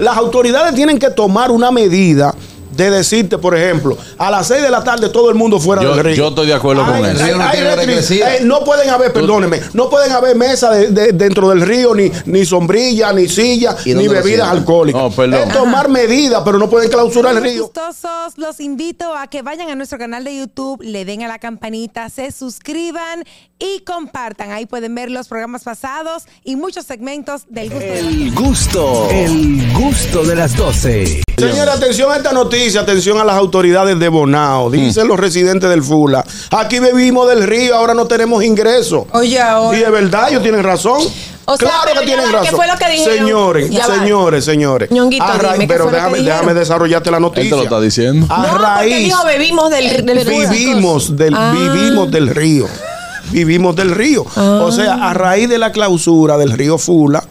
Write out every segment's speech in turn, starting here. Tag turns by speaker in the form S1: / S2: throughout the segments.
S1: Las autoridades tienen que tomar una medida de decirte, por ejemplo, a las 6 de la tarde todo el mundo fuera
S2: Yo-
S1: del río.
S2: yo estoy de acuerdo con eso.
S1: hay-
S3: El río no
S1: hay
S3: tiene hora
S1: restric-
S3: crecida.
S1: eh, no pueden haber, perdóneme, no pueden haber mesas de- de- dentro del río, ni, ni sombrilla, ni silla,
S3: ¿Y
S1: ni
S3: dónde lo
S1: bebidas
S3: sientan?
S1: alcohólicas.
S2: No, perdón.
S1: Es tomar medidas, pero no pueden clausurar el
S4: Muy
S1: río.
S4: gustosos, los invito a que vayan a nuestro canal de YouTube, le den a la campanita, se suscriban y compartan. Ahí pueden ver los programas pasados y muchos segmentos del gusto. de la-
S5: El gusto, el gusto de las 12.
S1: Señora, atención a esta noticia, atención a las autoridades de Bonao.
S2: Hmm.
S1: Dicen los residentes del Fula, aquí bebimos del río, ahora no tenemos ingresos.
S6: Oye, ahora.
S1: Y de verdad, ellos tienen razón.
S6: O sea,
S1: claro
S6: pero
S1: que
S6: ya
S1: tienen
S6: va,
S1: razón.
S6: ¿qué fue lo que dijeron?
S1: Señores,
S6: Ya va.
S1: señores, señores.
S6: Ñonguito,
S1: A ra-
S6: dime, ¿qué
S1: pero
S6: fue lo que
S1: déjame,
S6: dijeron?
S1: déjame desarrollarte la noticia.
S2: Él te lo está diciendo.
S1: A
S6: no, porque
S1: raíz
S6: dijo bebimos del, del
S1: vivimos del
S6: Ah.
S1: vivimos del río. Vivimos del río. O sea,
S6: Ah.
S1: a raíz de la clausura del río Fula,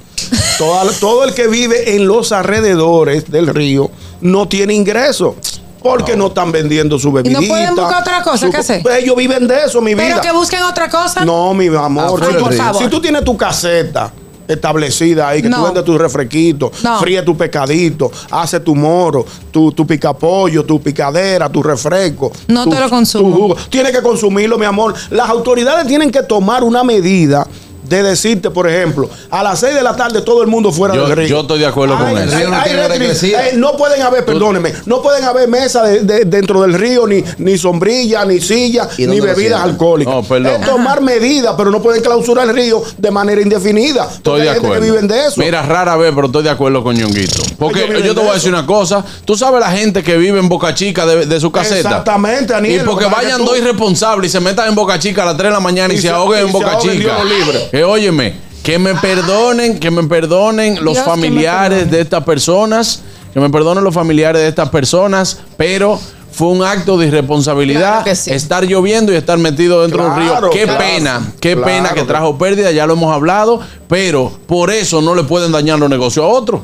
S1: toda la- todo el que vive en los alrededores del río no tiene ingreso. Porque no están vendiendo su
S6: pueden
S1: bebidita.
S6: buscar otra cosa
S1: su-
S6: que hacer?
S1: Pues ellos viven de eso, mi vida.
S6: Pero que busquen otra cosa.
S1: No, mi amor.
S3: Ah,
S1: si,
S3: por
S1: tú,
S6: favor.
S1: si tú tienes tu caseta establecida ahí, que tú
S6: No.
S1: vendes tus refresquitos,
S6: No.
S1: fríes tu pescadito, haces tu moro, tu, tu picapollo, tu picadera, tu refresco.
S6: No
S1: tu-
S6: te lo consumo.
S1: tu jugo. Tienes que consumirlo, mi amor. Las autoridades tienen que tomar una medida. De decirte, por ejemplo, a las 6 de la tarde todo el mundo fuera
S2: Yo-
S1: del río.
S2: yo estoy de acuerdo con eso.
S3: El río no tiene hora
S1: restric-
S3: crecida.
S1: eh, no pueden haber, perdóneme, no pueden haber mesas de- de- dentro del río, ni, ni sombrilla, ni silla, ni
S3: ¿Y dónde lo
S1: bebidas
S3: sientan?
S1: alcohólicas.
S2: No, perdón.
S1: Es tomar medidas, pero no pueden clausurar el río de manera indefinida.
S2: Estoy de acuerdo.
S1: Gente que viven de eso.
S2: Mira, rara vez, pero estoy de acuerdo con Ñonguito. Porque
S1: Ellos viven
S2: yo te
S1: de
S2: voy a
S1: eso.
S2: decir una cosa. Tú sabes la gente que vive en Boca Chica de, de su caseta.
S1: Exactamente, Aniel,
S2: Y porque
S1: lo que pasa es
S2: vayan
S1: que tú-
S2: dos irresponsables y se metan en Boca Chica a las 3 de la mañana y,
S1: Y
S2: se
S1: se-
S2: ahoguen
S1: y
S2: en
S1: se
S2: Boca
S1: ahoguen,
S2: Chica.
S1: Dios lo libre.
S2: Que óyeme, que me perdonen, que me perdonen los
S6: Dios, que me
S2: familiares
S6: perdone.
S2: de estas personas. Que me perdonen los familiares de estas personas, pero. Fue un acto de irresponsabilidad
S6: Claro que sí.
S2: estar lloviendo y estar metido dentro de un río.
S1: Claro,
S2: Qué
S1: claro.
S2: pena, qué
S1: Claro
S2: pena que
S1: que-
S2: trajo pérdida, ya lo hemos hablado, pero por eso no le pueden dañar los negocios a otros.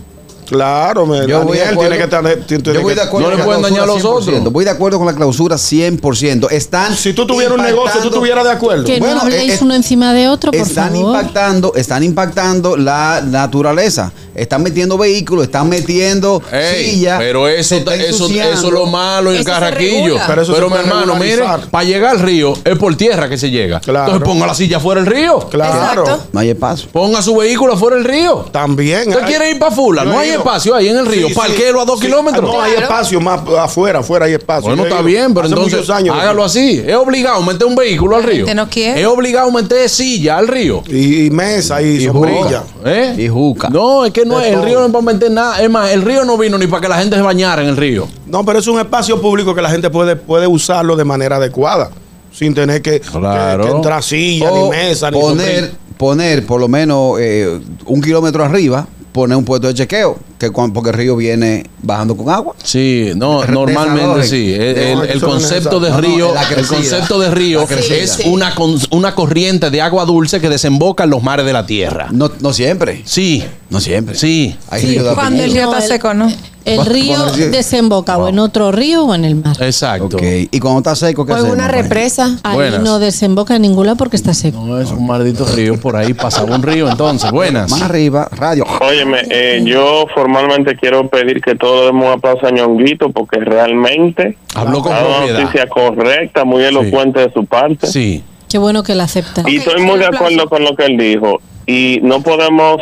S1: Claro, me,
S3: Yo voy,
S1: Daniel
S3: de acuerdo,
S1: tiene que estar. tiene- tiene
S3: yo voy
S1: que-
S3: de acuerdo.
S2: No le
S3: con la
S2: pueden dañar a los
S3: clausura
S2: otros.
S3: 100%. Voy de acuerdo con la clausura 100%. Están
S1: Si tú tuvieras un negocio, tú
S3: impactando-
S1: estuvieras de acuerdo.
S7: Que
S3: Bueno,
S7: no habléis
S3: es-
S7: uno encima de otro, por
S3: están
S7: favor.
S3: impactando, están impactando la naturaleza. Están metiendo vehículos, están metiendo
S2: Ey,
S3: sillas.
S2: pero eso,
S3: se está
S2: eso,
S3: ensuciando.
S2: eso es lo malo en
S6: Eso se
S2: Carraquillo.
S6: regula.
S2: Pero,
S1: Pero eso se
S2: mi
S1: puede
S2: hermano, mire,
S1: regularizar.
S2: para llegar al río es por tierra que se llega.
S1: Claro.
S2: Entonces ponga la silla fuera del río.
S1: Claro.
S6: Exacto.
S3: No hay espacio.
S2: Ponga su vehículo fuera del río.
S1: También.
S2: ¿Usted
S1: hay-
S2: quiere ir para Fula?
S1: Yo
S2: No
S1: he
S2: hay
S1: ido.
S2: espacio ahí en el río. Parquero a dos kilómetros.
S1: Ah, No, hay
S6: Claro.
S1: espacio más afuera, afuera hay espacio. Yo
S2: Bueno,
S1: he
S2: está
S1: ido
S2: bien, pero
S1: hace
S2: entonces
S1: muchos años.
S2: hágalo así. Es obligado a meter un vehículo al río.
S6: gente no quiere.
S2: Es obligado a meter silla al río.
S1: Y, y mesa y, sombrilla.
S2: ¿Eh?
S3: Y juca.
S2: No, es que no
S1: De
S2: es. El
S1: todo.
S2: río no es para meter nada. Es más, el río no vino ni para que la gente se bañara en el río.
S1: No, pero es un espacio público que la gente puede, puede usarlo de manera adecuada. Sin tener que,
S2: Claro.
S1: que- que entrar silla, ni
S3: O
S1: mesa, ni
S3: poner,
S1: sombrilla.
S3: poner por lo menos eh, un kilómetro arriba, poner un puesto de chequeo, que cuan- porque el río viene bajando con agua.
S2: Sí, no,
S3: Re-
S2: normalmente
S3: desalojen.
S2: sí. El, el-
S1: No,
S2: el
S1: eso no es
S2: concepto de
S3: necesario. No, no,
S2: río,
S3: la
S2: el
S3: crecida.
S2: concepto de río
S3: La crecida.
S2: es
S3: Sí,
S2: una, con- una corriente de agua dulce que desemboca en los mares de la tierra.
S3: No, no siempre.
S2: Sí,
S3: No siempre.
S2: sí.
S3: Hay
S7: Sí,
S3: río de
S6: Cuando el
S3: apellido.
S6: río está
S7: No, el-
S6: seco, ¿no?
S7: El
S3: Cuando-
S7: río
S3: cuando-
S7: desemboca o en otro río o en el mar.
S2: Exacto.
S3: Ok. Y cuando está seco, ¿qué
S6: O en
S3: hacemos?
S6: una
S3: Bueno.
S6: represa.
S7: Ahí
S2: Buenas.
S7: no desemboca en ninguna porque está seco.
S2: No es un maldito río, por ahí pasaba un río entonces. Buenas.
S3: Más arriba, radio.
S8: Óyeme, eh, yo formalmente quiero pedir que todos le demos un aplauso a Ñonguito porque realmente
S2: Habló con
S8: ha dado una
S2: propiedad.
S8: noticia correcta, muy elocuente de su parte.
S2: Sí.
S7: Qué bueno que la acepta.
S8: Y
S6: Ok,
S8: estoy muy
S6: un
S8: de
S6: aplauso.
S8: acuerdo con lo que él dijo. Y no podemos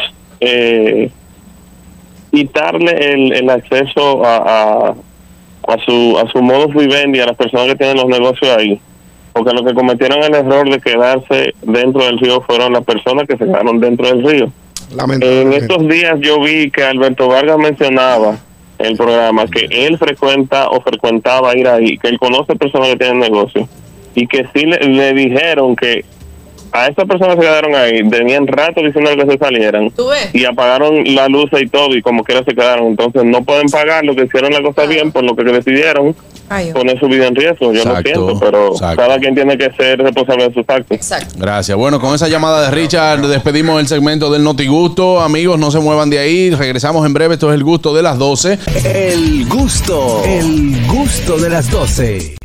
S8: eh, quitarle el, el acceso a, a, a su, a su modus vivendi a las personas que tienen los negocios ahí. Porque los que cometieron el error de quedarse dentro del río fueron las personas que se quedaron dentro del río. En
S1: Lamentablemente.
S8: estos días yo vi que Alberto Vargas mencionaba en el programa que él frecuenta o frecuentaba ir ahí, que él conoce personas que tienen negocio y que sí le, le dijeron que a esas personas que se quedaron ahí tenían rato diciendo que se salieran
S6: Tú ves.
S8: y apagaron la luz y todo y como quiera se quedaron. Entonces no pueden pagar lo que hicieron la cosa bien por lo que decidieron
S6: Ay, oh.
S8: poner su vida en riesgo. Yo
S2: Exacto,
S8: lo siento, pero
S2: exacto.
S8: cada quien tiene que ser responsable de sus actos.
S6: Exacto.
S2: Gracias. Bueno, con esa llamada de Richard despedimos el segmento del Notigusto. Amigos, no se muevan de ahí. Regresamos en breve. Esto es el gusto de las 12.
S5: El gusto, el gusto de las 12.